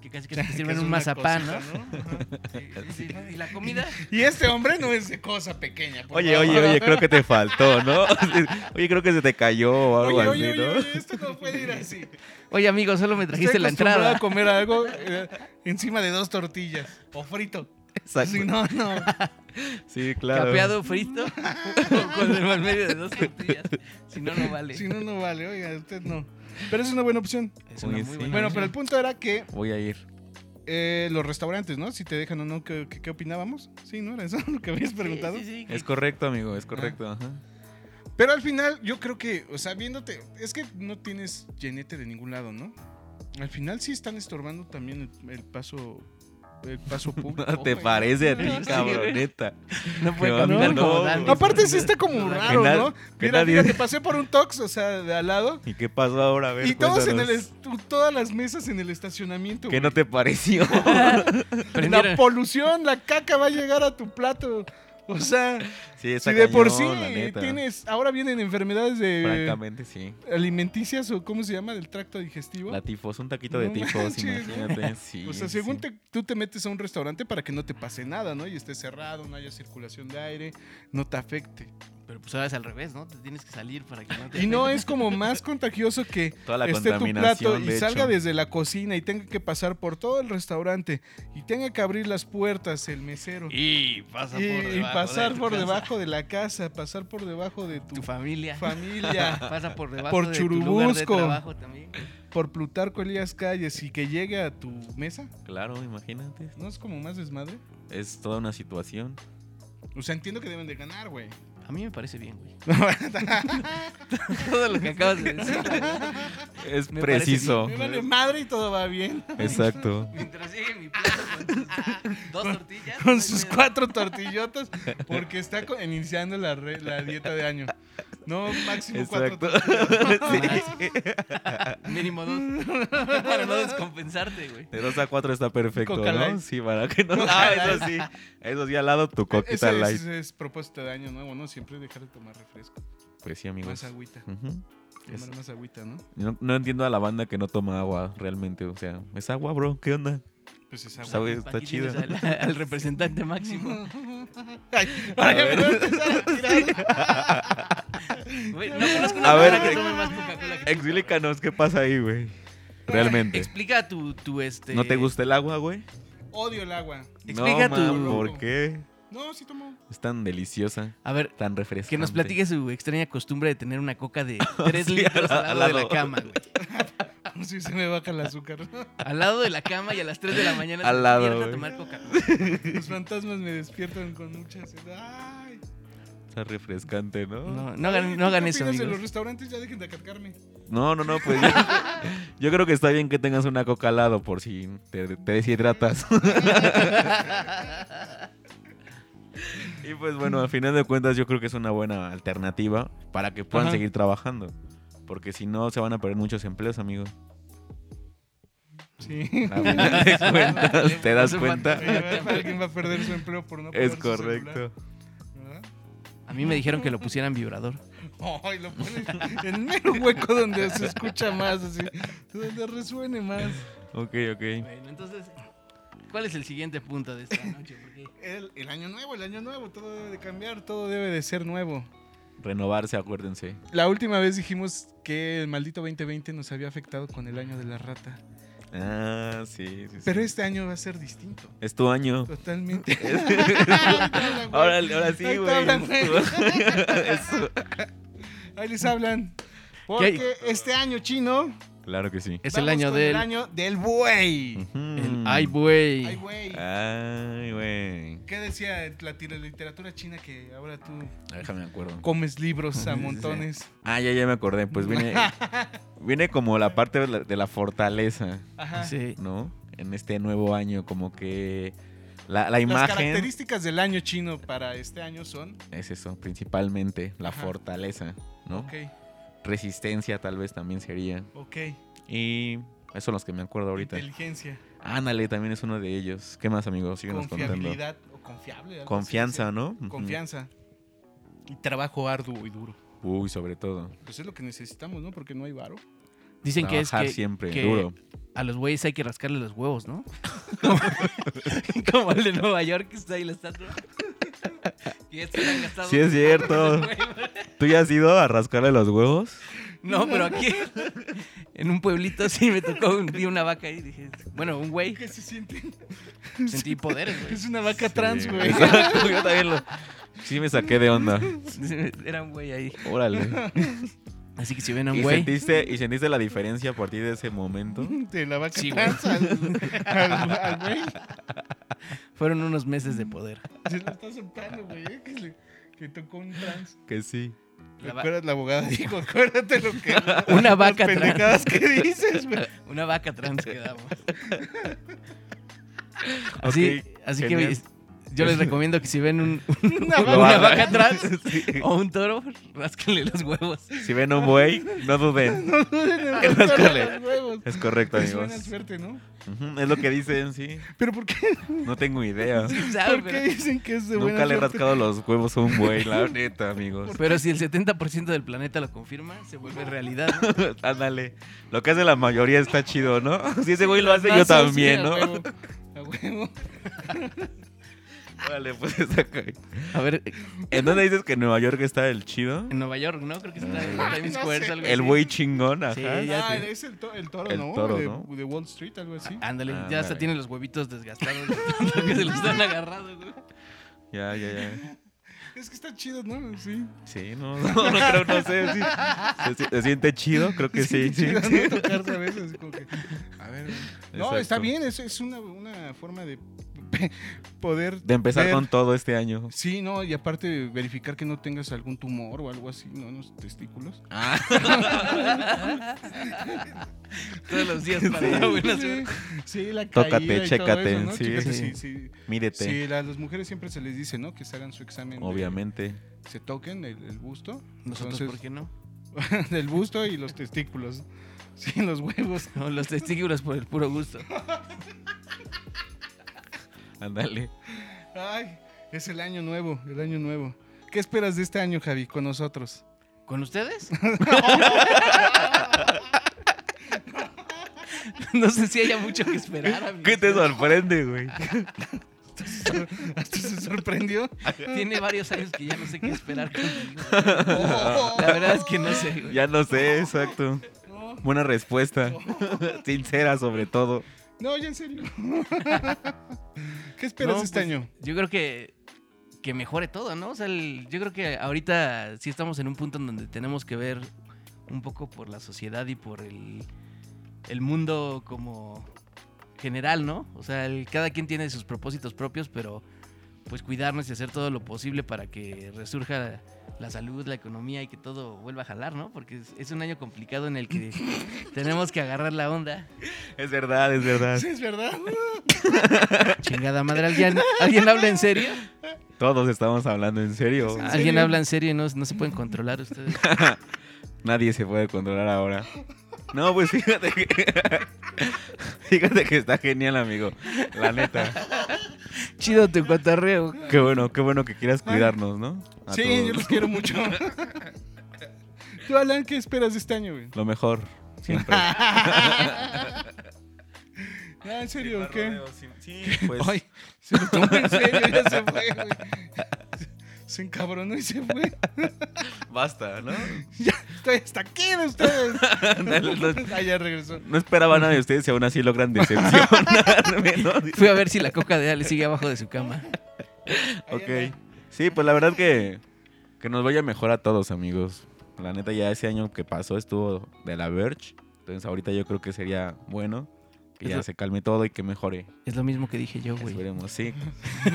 que casi que te Que sirven es un una mazapán, cosita, ¿no? Ajá. Sí, sí, sí. Y la comida, Y este hombre no es de cosa pequeña. por Oye, favor. oye, oye, creo que te faltó, ¿no? Oye, creo que se te cayó o algo Oye, así, oye, ¿no? oye, oye, esto no puede ir así. oye amigo, solo me Estoy trajiste la acostumbrado entrada. a comer algo eh, encima de dos tortillas o frito. Exacto. Sí, no, no. Sí, claro. Capeado frito con el más medio de dos tortillas. Si no, no vale. Si no, no vale. Oiga, usted no. Pero es una buena opción. Es una Oye, muy sí. buena Bueno, opción. pero el punto era que Voy a ir. eh, los restaurantes, ¿no? Si te dejan o no, ¿qué, qué, qué opinábamos? Sí, ¿no? Era eso lo que habías preguntado. Sí, sí, sí, Es que- correcto, amigo, es correcto. ajá. Ah. Pero al final, yo creo que, o sea, viéndote, es que no tienes llenete de ningún lado, ¿no? Al final sí están estorbando también el, el paso el paso público. ¿No te güey. parece a ti, Oh Sí, cabrón? güey. Neta. no puede No, caminar no, como no, Dan. Aparte sí está como No, que raro, na- ¿no? que Mira, nadie- mira, te pasé por un tox, o sea, de al lado. ¿Y qué pasó ahora? A ver, y todos en el cuéntanos. est- todas las mesas en el estacionamiento. ¿Qué güey. no te pareció? La Prendieron- polución, la caca va a llegar a tu plato. O sea, sí, está si de por sí cañón, la neta. tienes, ahora vienen enfermedades de Francamente, sí. alimenticias o cómo se llama del tracto digestivo. La tifos, un taquito de No tifos, manches, ¿no? imagínate. Sí, o sea, según sí. te- tú te metes a un restaurante para que no te pase nada, ¿no? Y esté cerrado, no haya circulación de aire, no te afecte. Pero pues ahora es al revés, ¿no? Te tienes que salir para que no te... Y no es como más contagioso que Toda la esté tu plato contaminación, y de salga hecho. desde la cocina y tenga que pasar por todo el restaurante y tenga que abrir las puertas el mesero. Y, Y pasa por y debajo pasar de tu por casa. debajo de la casa, pasar por debajo de Tu tu familia. familia, Pasa por debajo Por de tu lugar de Churubusco. trabajo también. por Plutarco Elías Calles y que llegue a tu mesa. Claro, imagínate. ¿No es como más desmadre? Es toda una situación. O sea, entiendo que deben de ganar, güey. A mí me parece bien, güey. Todo lo que acabas de decir. la verdad. Es Me parece preciso. Me vale madre y todo va bien. Exacto. Mientras llegue mi plato con sus- dos tortillas. no Con hay sus pedo. cuatro tortillotas, porque está co- iniciando la, re- la dieta de año. No, máximo Exacto. cuatro Ah, Sí. Mínimo dos. Para no descompensarte, güey. De 2 a 4 está perfecto, Coca ¿no? Light. Sí, para que no. Coca Ah, Light. eso sí. Eso sí, al lado tu tortillotas. coquita E-, Ese es, light. ese es propósito de año nuevo, ¿no? Siempre dejar de tomar refresco. Pues sí, amigos. Más agüita. Ujú. Es- Tomar más agüita, ¿no? no, no entiendo a la banda que no toma agua realmente. O sea, es agua, bro. ¿Qué onda? Pues es Pues agua. agua está Aquí chido. tienes Al, al representante máximo. Ay, ahora ya me ver. voy a empezar a tirar. Güey, no conozco una A persona ver, eh, que tome más Coca-Cola que tú. Explícanos qué pasa ahí, güey. Realmente. Explica tu, tu este. eh, ¿No te gusta el agua, güey? Odio el agua. Explica no, tu- man, ¿Por qué? No, sí tomo. Es tan deliciosa, A ver, tan refrescante. que nos platique su extraña costumbre de tener una coca de 3 Sí, litros al- al, al lado de la lado. cama, güey. Si se me baja el azúcar. Al lado de la cama y a las 3 de la mañana Al se lado, despierta a güey. tomar Coca-Cola. Los fantasmas me despiertan con mucha sed. Ay. Está refrescante, ¿no? No, No, no hagan, no hagan ¿Qué eso, opinas de los amigos. restaurantes? Ya dejen de acarcarme. no, no, pues yo, yo creo que está bien que tengas una coca al lado por si te, te deshidratas. y pues bueno, al final de cuentas yo creo que es una buena alternativa para que puedan Ajá. seguir trabajando. Porque si no, se van a perder muchos empleos, amigo. Sí. Al final de cuentas, ¿te das Hace cuenta? falta- Oye, va- Alguien va a perder su empleo por no pagar Es su celular, correcto. ¿verdad? A mí me dijeron que lo pusieran vibrador. Ay, lo ponen en el mero hueco donde se escucha más, así, donde resuene más. Ok, ok. Bueno, entonces, ¿cuál es el siguiente punto de esta noche? Porque El, el año nuevo, el año nuevo, todo debe de cambiar, todo debe de ser nuevo. Renovarse, acuérdense. La última vez dijimos que el maldito 2020 nos había afectado con el año de la rata. Ah, sí, sí. sí. Pero este año va a ser distinto. Es tu año. Totalmente. Ahora, ahora sí, Ahí güey. hablan, güey. Es tu- Ahí les hablan. hay? Porque este año chino Claro que sí. es el vamos año con del. el año del buey. el- Ujú. ay, Ay, güey. güey. Ay, güey. ¿Qué decía la tira- literatura china que ahora tú A ver, Déjame me acuerdo. comes libros a montones? Ah, ya, ya me acordé. Pues viene, viene como la parte de la, de la fortaleza, Ajá. Sí. ¿no? En este nuevo año, como que la, la Las imagen características del año chino para este año son. es eso, principalmente la Ajá. fortaleza, ¿no? Ok, Resistencia tal vez también sería. ok. Y esos son los que me acuerdo ahorita. Inteligencia. Ándale, también es uno de ellos. ¿Qué más, amigos? Síguenos contando. Confiabilidad. O confiable. algo Confianza, así, ¿no? sí. Ujú. Confianza. Y trabajo arduo y duro. Uy, sobre todo. Pues es lo que necesitamos, ¿no? Porque no hay varo. Dicen que es Trabajar que, siempre, que duro. a los güeyes hay que rascarle los huevos, ¿no? Como, como el de Nueva York que está ahí la estatua. Y ya se le han gastado Sí, es cierto. los huevos. ¿Tú ya has ido a rascarle los huevos? No, pero aquí en un pueblito sí me tocó un día una vaca ahí. Dije, bueno, un güey. ¿Qué se siente? Sentí poderes, güey. Es una vaca trans, Sí. güey. Exacto, yo también lo- Sí me saqué de onda. Era un güey ahí. Órale. Así que si ven a un ¿Y güey. sentiste, ¿Y sentiste la diferencia a partir de ese momento? De la vaca Sí, güey. trans al, al- al güey. Fueron unos meses de poder. Se lo está soltando, güey. eh, Que, le- que tocó un trans. Que sí. La va- ¿Recuerdas la abogada? Dijo, acuérdate lo que. Una las vaca trans. pendejadas que dices, güey. Una vaca trans quedamos. Así, Ok, así que genial. es- yo les recomiendo que si ven un- un- Una una vaca. vaca trans Sí. o un toro, rásquenle los huevos. Si ven un buey, no duden. No duden en Que no aventar escale. los huevos. Es correcto, Es amigos. buena suerte, ¿no? Ujú, Es lo que dicen, sí. Pero ¿por qué? No tengo idea. ¿Quién sabe? ¿Por qué Pero, dicen que es de buena Nunca le he suerte? rascado los huevos a un buey, la neta, amigos. pero si el 70% del planeta lo confirma, se vuelve realidad. ¿no? Ándale. Lo que hace la mayoría está chido, ¿no? Si ese güey lo hace, yo Razas, Ah, sí, también, a ¿no? huevo. A huevo. Vale, pues está ca- A ver, ¿En dónde dices que en Nueva York está el chido? en Nueva York, ¿no? Creo que está en Ah, Times no Square. sé. algo El así. buey chingón, ajá. Sí, ya Ah, te- es el, to- el toro, El ¿no? toro, de, ¿no? de Wall Street, algo así. Ándale, Ah, Ándale. ya hasta tiene los huevitos desgastados. lo que se los han agarrado, güey. Ya, ya, ya. Es que está chido, ¿no? Sí. Sí, no, no, no creo, no sé. sí. ¿Se, si- se siente chido? Creo que sí, sí. Chido, ¿no? Tocarse a veces. como que, a ver. güey. No, Exacto. está bien, es, es una, una forma de pe- poder. De empezar ver- con todo este año. Sí, no, y aparte verificar que no tengas algún tumor o algo así, ¿no? En los testículos. Ah, Todos los días para la sí, buena Ah, sí, suerte. sí, la Tócate, caída y todo chécate, eso, ¿no? sí, Chécate, sí. sí, sí. Mírete, Sí, la- las mujeres siempre se les dice, ¿no? Que se hagan su examen. de- obviamente. se toquen el, el busto. Nosotros, Entonces- ¿por qué no? del busto y los testículos. Sí, los huevos. No, los testículos por el puro gusto. Ándale. Ay, es el año nuevo, el año nuevo. ¿Qué esperas de este año, Javi, con nosotros? ¿Con ustedes? no sé si haya mucho que esperar. amigos. ¿Qué te sorprende, güey? ¿Hasta se sorprendió? Tiene varios años que ya no sé qué esperar contigo. La verdad es que no sé, güey. Ya no sé, exacto. Buena respuesta. Sincera, sobre todo. No, ya en serio. ¿Qué esperas No, este pues, año? Yo creo que, que mejore todo, ¿no? O sea, el- yo creo que ahorita sí estamos en un punto en donde tenemos que ver un poco por la sociedad y por el, el mundo como general, ¿no? O sea, el- cada quien tiene sus propósitos propios, pero pues cuidarnos y hacer todo lo posible para que resurja la salud, la economía y que todo vuelva a jalar, ¿no? Porque es, es un año complicado en el que tenemos que agarrar la onda. Es verdad, es ah. verdad. Sí, es verdad. Chingada madre, ¿alguien, ¿alguien habla en serio? Todos estamos hablando en serio. Ah, ¿En Alguien serio? habla en serio y no, no se pueden controlar ustedes. Nadie se puede controlar ahora. No, pues fíjate que. fíjate que está genial, amigo. La neta. Chido tu cotorreo. Qué bueno, qué bueno que quieras cuidarnos, ¿no? A sí, todos. yo los quiero mucho. Tú, Alan, ¿qué esperas de este año, güey? Pues. Lo mejor. Siempre. No, en serio, ¿qué? Sí, pues. Ay, se lo tomó en serio, ya se fue, güey. Se encabronó y se fue. Basta, ¿no? Ya, estoy hasta aquí de ustedes. Ándale, no- Ah, ya regresó. No esperaba nada de ustedes y aún así logran decepcionarme, ¿no? Fui a ver si la coca de Ale sigue abajo de su cama. Ok. Sí, pues la verdad que, que nos vaya mejor a todos, amigos. La neta, ya ese año que pasó estuvo de la Verge. Entonces, ahorita yo creo que sería bueno que Es ya lo- se calme todo y que mejore. Es lo mismo que dije yo, güey. Esperemos, sí.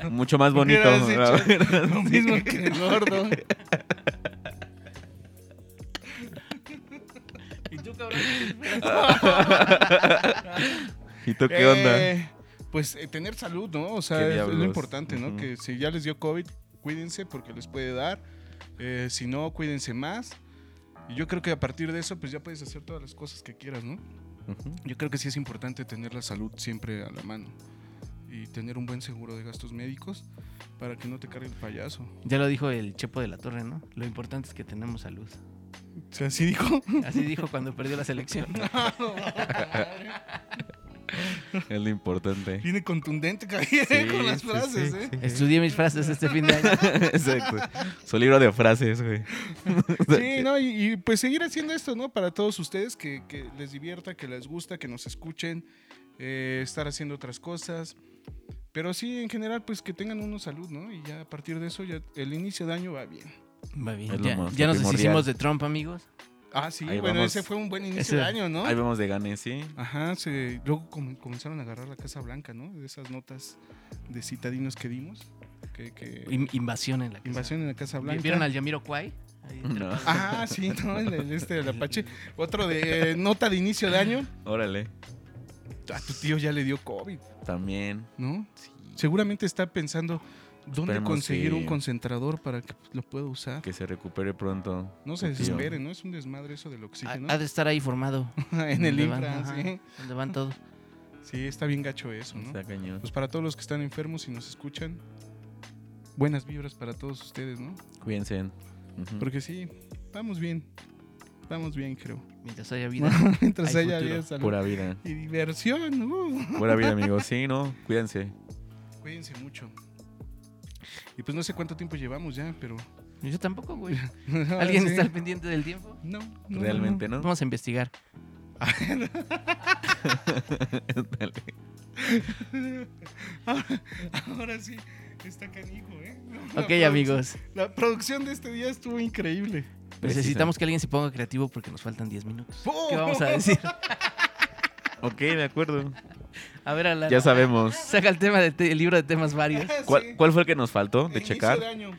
Por- mucho más bonito. Hubieras dicho la verdad, Lo sí. mismo que el gordo. ¿Y tú, cabrón? ¿Y tú qué onda? Eh, pues eh, tener salud, ¿no? O sea, Qué es- es lo diablos. importante, ¿no? Ujú. Que si ya les dio COVID, cuídense porque les puede dar. Eh, si no, cuídense más. Y yo creo que a partir de eso, pues ya puedes hacer todas las cosas que quieras, ¿no? Ujú. Yo creo que sí es importante tener la salud siempre a la mano. Y tener un buen seguro de gastos médicos para que no te cargue el payaso. Ya lo dijo el Chepo de la Torre, ¿no? Lo importante es que tenemos salud. O sea, así dijo. Ah, Así dijo cuando perdió la selección. Es lo importante. Viene contundente Javier Sí, con las sí, frases, sí, ¿eh? sí. Estudié mis frases este fin de año. Exacto. Su libro de frases, güey. Sí, no, y, y, pues seguir haciendo esto, ¿no? Para todos ustedes, que, que les divierta, que les gusta, que nos escuchen, eh, estar haciendo otras cosas. Pero sí, en general, pues que tengan una salud, ¿no? Y ya a partir de eso, ya el inicio de año va bien. Va bien. Es lo Ya, más- ya lo nos primordial. deshicimos de Trump, amigos. Ah, sí, Ahí bueno, vamos. ese fue un buen inicio Ese- de año, ¿no? Ahí vemos de gane, sí. Ajá, se, luego com- comenzaron a agarrar la Casa Blanca, ¿no? De esas notas de citadinos que dimos. Que, que- In- invasión en la casa. invasión en la Casa Blanca. ¿Vieron al Yamiro Kwai? Ahí No. atrapado. Ah, sí, no, el, el este del Apache. Otro de eh, nota de inicio de año. Órale. A tu tío ya le dio COVID, También. ¿no? Sí. Seguramente está pensando dónde Esperemos conseguir que- un concentrador para que lo pueda usar. Que se recupere pronto. No se tu tío. desespere, ¿no? Es un desmadre eso del Ha, oxígeno. ha de estar ahí formado. en el Donde van, infra, ajá, sí. Donde van todos. Sí, está bien gacho eso, ¿no? Está cañón. Pues para todos los que están enfermos y nos escuchan, buenas vibras para todos ustedes, ¿no? Cuídense. Ujú. Porque sí, vamos bien. Vamos bien, creo. Mientras haya vida. Mientras Hay haya futuro. vida, salud Pura vida. y diversión. ¡uh! Buena vida, amigos. Sí, no, cuídense. Cuídense mucho. Y pues no sé cuánto tiempo llevamos ya, pero. Yo tampoco, güey. ¿Alguien Ah, Sí. está al pendiente del tiempo? No, no, Realmente, ¿no? Vamos a investigar. Dale. Ahora, ahora sí, está canijo, ¿eh? La Ok, producción- amigos. La producción de este día estuvo increíble. Necesitamos que alguien se ponga creativo porque nos faltan 10 minutos. ¿Qué vamos a decir? Ok, de acuerdo. A ver, Alan. Ya sabemos. Saca el tema del te- el libro de temas varios. ¿Cuál, cuál fue el que nos faltó de checar? Ah, De año.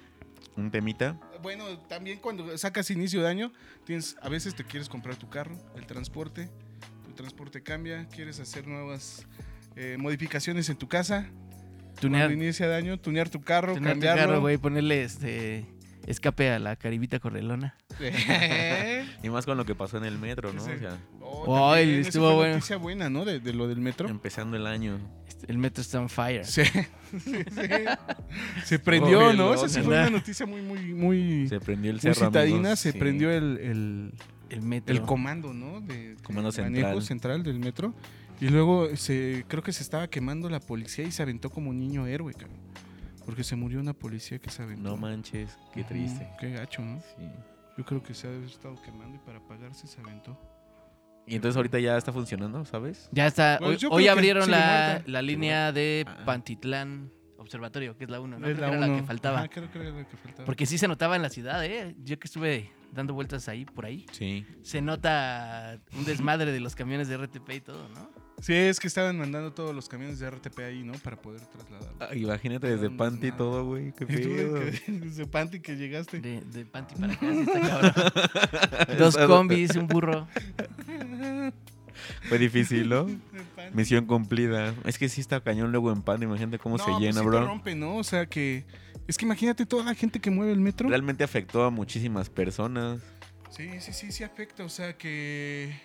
Un temita. Bueno, también cuando sacas inicio de año, tienes, a veces te quieres comprar tu carro, el transporte, tu transporte cambia, quieres hacer nuevas eh, modificaciones en tu casa. Tunear, Cuando inicia de año, tunear tu carro, tunear tu cambiarlo. carro, güey. Ponerle este escape a la caribita correlona. Eh. Y más con lo que pasó en el metro, ¿no? Sí. O sea, Oh, Ay, también, esa estuvo fue bueno. noticia buena, ¿no? De, de lo del metro. empezando el año. Este, El metro está on fire. Sí, sí, sí. Se prendió, bien ¿no? loco, Esa sí fue ¿verdad? una noticia muy, muy, muy, Se prendió el muy cerro. citadina. amigos. Se Sí. prendió el, el, El metro. el comando, ¿no? De, Comando de manejo central central. del metro. Y luego se, creo que se estaba quemando la policía y se aventó como un niño héroe, cabrón. Porque se murió una policía que se aventó. No manches, qué Ujú, triste. Qué gacho, ¿no? Sí. Yo creo que se ha de haber estado quemando y para pagarse se aventó. Y entonces ahorita ya está funcionando, ¿sabes? Ya está. Bueno, hoy Pues yo creo hoy que abrieron sigue la, muerta. la línea de Ah. Pantitlán Observatorio, que es la 1, ¿no? Es Creo que era la uno. que faltaba. Ajá, creo que era la que faltaba. Porque sí se notaba en la ciudad, ¿eh? Yo que estuve dando vueltas ahí, por ahí. Sí. Se nota un desmadre de los camiones de RTP y todo, ¿no? Sí, es que estaban mandando todos los camiones de RTP ahí, ¿no? Para poder trasladarlo. Ay, imagínate desde No, Panty y nada. todo, güey. Ah, Qué Y tú pedo. de que- de Panti que llegaste. De, de Panti para acá, sí está cabrón. Dos combis, un burro. Fue difícil, ¿no? De Panti. Misión cumplida. Es que sí está cañón luego en Panty. Imagínate cómo No, se pues llena, sí te bro. rompe, ¿no? O sea que. Es que imagínate toda la gente que mueve el metro. Realmente afectó a muchísimas personas. Sí, sí, sí, sí afecta. O sea que.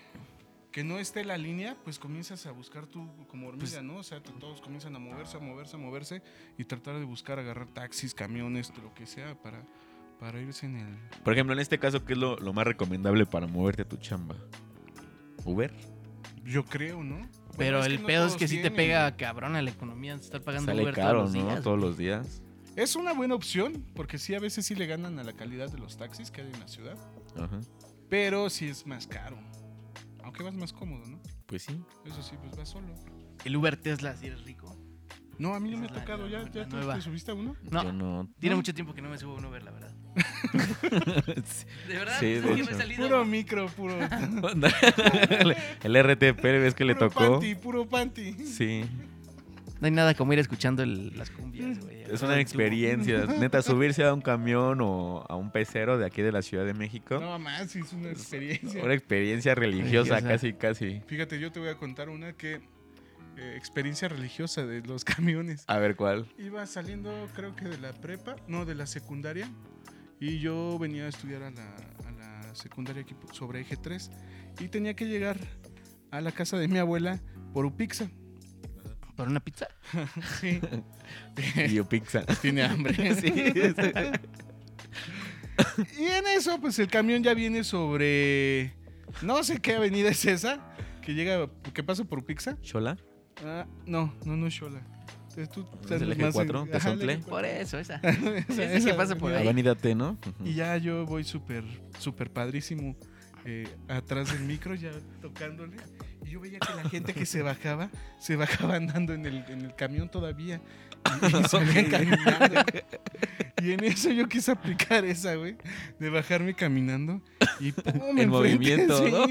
Que no esté la línea, pues comienzas a buscar tú como hormiga, Pues ¿no? O sea, t- todos comienzan a moverse, a moverse, a moverse y tratar de buscar, agarrar taxis, camiones, lo que sea, para, para irse en el. Por ejemplo, en este caso, ¿qué es lo, lo más recomendable para moverte a tu chamba? ¿Uber? Yo creo, ¿no? Bueno, Pero es el que no pedo es todos que sí te tienen, pega cabrón a la economía. Estar pagando Sale Uber caro, todos los ¿no? días. Todos los días. Es una buena opción, porque sí, a veces sí le ganan a la calidad de los taxis que hay en la ciudad, Ajá. pero sí es más caro. Aunque vas más cómodo, ¿no? Pues sí. Eso sí, pues vas solo. El Uber Tesla sí es rico. No, a mí no Esa me es ha la- tocado. la- ¿Ya, la ya tú nueva. te subiste a uno? No. Yo no. Tiene No. mucho tiempo que no me subo a un Uber, la verdad. De Sí, verdad, pues, de es que me hecho. he salido. Puro micro, puro. el RTP, ¿ves que le puro tocó? Panty, puro panty. Sí. No hay nada como ir escuchando el- las cumbias, güey. Es Tú. una experiencia. Neta, subirse a un camión o a un pecero de aquí de la Ciudad de México. No, más, sí, es una experiencia. Una experiencia religiosa, Religiosa. casi, casi. Fíjate, yo te voy a contar una que. eh, experiencia religiosa de los camiones. A ver cuál. Iba saliendo, creo que de la prepa, no, de la secundaria. Y yo venía a estudiar a la, a la secundaria aquí por- sobre eje 3. Y tenía que llegar a la casa de mi abuela por un pizza. ¿Por una pizza? Sí. Yo pizza. Tiene hambre. Y en eso, pues el camión ya viene sobre. No sé qué avenida es esa. Que llega, que pasa por Pizza. ¿Chola? Ah, no, no, no es Xola. Entonces tú ¿Es andas el eje más en- cuatro? Ajá, el eje ¿Tezontle? cuatro. Por eso, esa. Esa- Es esa que pasa por avenida. ahí. Avenida T, ¿no? Ujú. Y ya yo voy súper, súper padrísimo eh, atrás del micro, ya tocándole. Y yo veía que la gente que se bajaba, se bajaba andando en el, en el camión todavía. Y, y salían caminando. Y en eso yo quise aplicar esa, güey, de bajarme caminando. Y pum, En movimiento, sí, ¿no?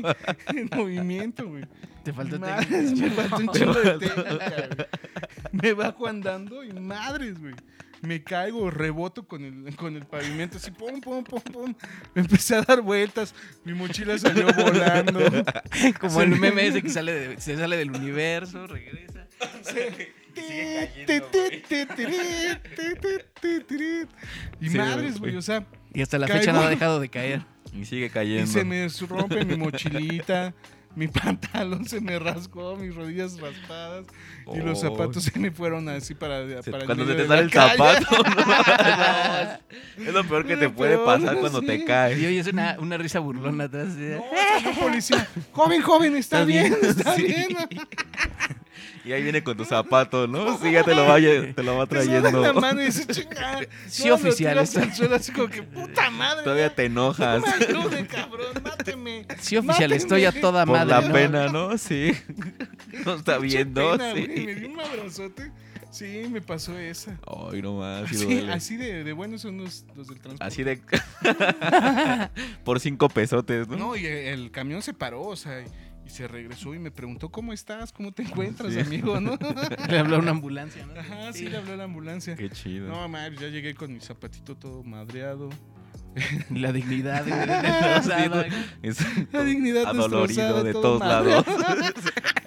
En movimiento, güey. Te faltó Madres, técnica. me faltó un chingo de técnica, güey. Me bajo andando y madres, güey. Me caigo, reboto con el, con el pavimento, así pum, pum, pum, pum. Me empecé a dar vueltas, mi mochila salió volando. Como el meme ese que sale de- se sale del universo, regresa. Y Sí, madres, güey, güey. o sea, Y hasta la Caigo. fecha no ha dejado de caer. Y sigue y cayendo. se me rompe mi mochilita, mi pantalón se me rasgó, mis rodillas raspadas y los Oh. zapatos se me fueron así para, Se- para cuando se medio te de sale la el calle. zapato, ¿no? es lo peor que Es te lo puede peor, pasar cuando sí. te Y caes. hoy es una, una risa burlona atrás. de- No, salió un policía. Joven, joven, está ¿Estás bien, ¿Eh? bien? está Sí. bien. Y ahí viene con tu zapato, ¿no? Sí, ya te lo va, lle- te lo va Te suena la trayendo. mano y dices, "Chinga". Sí, No, lo oficial, tiras está. al suelo así como que, puta madre. Todavía te No enojas me ayude, cabrón, máteme. Sí, oficial, estoy a toda por madre. la ¿no? pena, ¿no? Sí. No está Pinche viendo, pena, güey, Me sí. dio un abrazote. Sí, me pasó esa. Ay, no más. sí Así, duele. así de, de buenos son los, los del transporte. Así de. Por cinco pesotes, ¿no? No, y el, el camión se paró, o sea, y, y se regresó y me preguntó, ¿cómo estás? ¿Cómo te encuentras, Sí. amigo? ¿No? Le habló a una ambulancia, ¿no? Ajá, sí, le habló la ambulancia. Qué chido. No, mames, ya llegué con mi zapatito todo madreado. Y La dignidad. güey, Sí, destrozada. Es La dignidad destrozada, adolorido de todo todos madre. lados.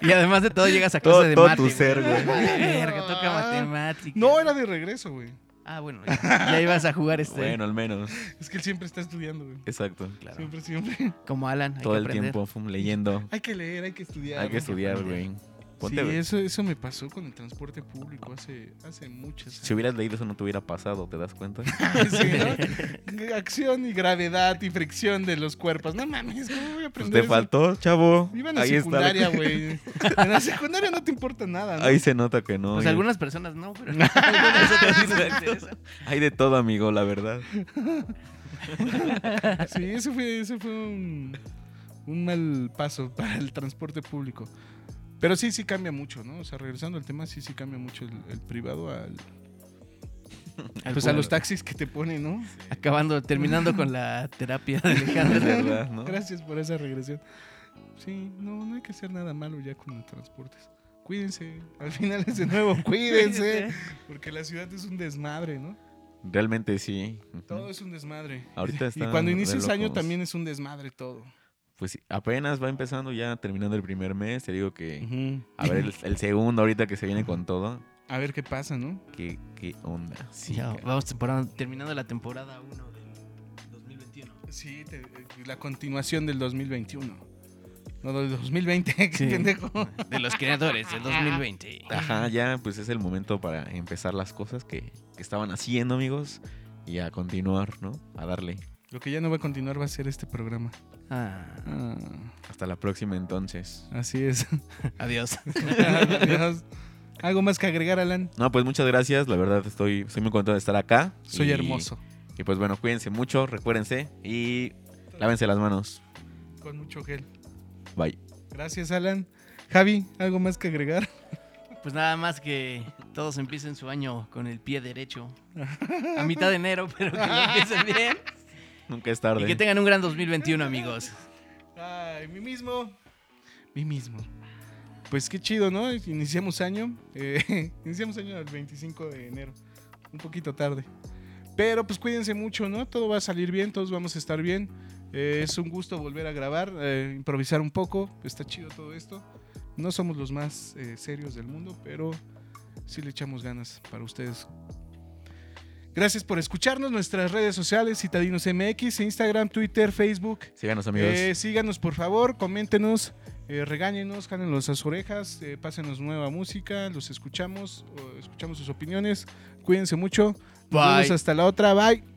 y además de todo llegas a clase Todo- de todo mate, tu güey. ser, güey. Verga, toca matemáticas. No, era de regreso, güey. Ah, bueno, ya, ya ibas a jugar este. Bueno, al menos. Es que él siempre está estudiando, güey. Exacto. Claro. Siempre, siempre. Como Alan, hay Todo que el aprender. tiempo fum, leyendo. Hay que leer, hay que estudiar. Hay que ¿no? estudiar, güey. Ponte, sí, güey. eso, eso me pasó con el transporte público hace, hace muchas Si hubieras leído eso no te hubiera pasado, ¿te das cuenta? Sí, ¿no? Acción y gravedad y fricción de los cuerpos. No mames, ¿cómo voy a Pues aprender te eso? faltó, chavo. Iba en la Ahí está. la- secundaria, güey. En la secundaria no te importa nada, ¿no? Ahí se nota que no. Pues y- algunas personas no, pero algunas otras sí les interesa. Hay de todo, amigo, la verdad. Sí, ese fue, ese fue un, un mal paso para el transporte público. Pero sí, sí cambia mucho, ¿no? O sea, regresando al tema, sí, sí cambia mucho el, el privado al... Pues a los taxis que te ponen, ¿no? Acabando, terminando con la terapia de Es Alejandro. verdad, ¿no? Gracias por esa regresión. Sí, no, no hay que hacer nada malo ya con los transportes. Cuídense, al final es de nuevo, cuídense, porque la ciudad es un desmadre, ¿no? Realmente sí. Ujú. Todo es un desmadre. Ahorita Y está cuando de inicias año locos. también es un desmadre todo. Pues sí, apenas va empezando ya, terminando el primer mes. Te digo que. A ver, el, el segundo ahorita que se viene con todo. A ver qué pasa, ¿no? ¿Qué, qué onda? Sí. Sí, ya, ca- vamos temporada- terminando la temporada 1 del 2021. Sí, te- eh, la continuación del 2021. No, del 2020, qué Sí. pendejo. De los creadores del 2020. Ajá, ya, pues es el momento para empezar las cosas que, que estaban haciendo, amigos. Y a continuar, ¿no? A darle. Lo que ya no va a continuar va a ser este programa. Ah, Hasta la próxima entonces. así es. adiós. Adiós. ¿Algo más que agregar, Alan? No, pues muchas gracias. La verdad estoy, estoy muy contento de estar acá. Soy Y- hermoso. Y pues bueno, cuídense mucho, recuérdense y lávense las manos. Con mucho gel. Bye. Gracias, Alan. Javi, ¿algo más que agregar? Pues nada más que todos empiecen su año con el pie derecho. A mitad de enero, pero que lo empiecen bien. Nunca es Y que tarde. tengan un gran 2021, amigos. Ay, mí mismo. Mí mismo. Pues qué chido, ¿no? Iniciamos año. eh, iniciamos año el 25 de enero. Un poquito tarde. Pero pues cuídense mucho, ¿no? Todo va a salir bien, todos vamos a estar bien. Eh, es un gusto volver a grabar, eh, improvisar un poco. Está chido todo esto. No somos los más eh, serios del mundo, pero sí le echamos ganas para ustedes. Gracias por escucharnos. Nuestras redes sociales, Citadinos MX, Instagram, Twitter, Facebook. Síganos amigos. Eh, síganos, por favor, coméntenos, eh, regáñenos, jálenos las orejas, eh, pásenos nueva música, los escuchamos, o escuchamos sus opiniones. Cuídense mucho. Nos Bye. vemos hasta la otra. Bye.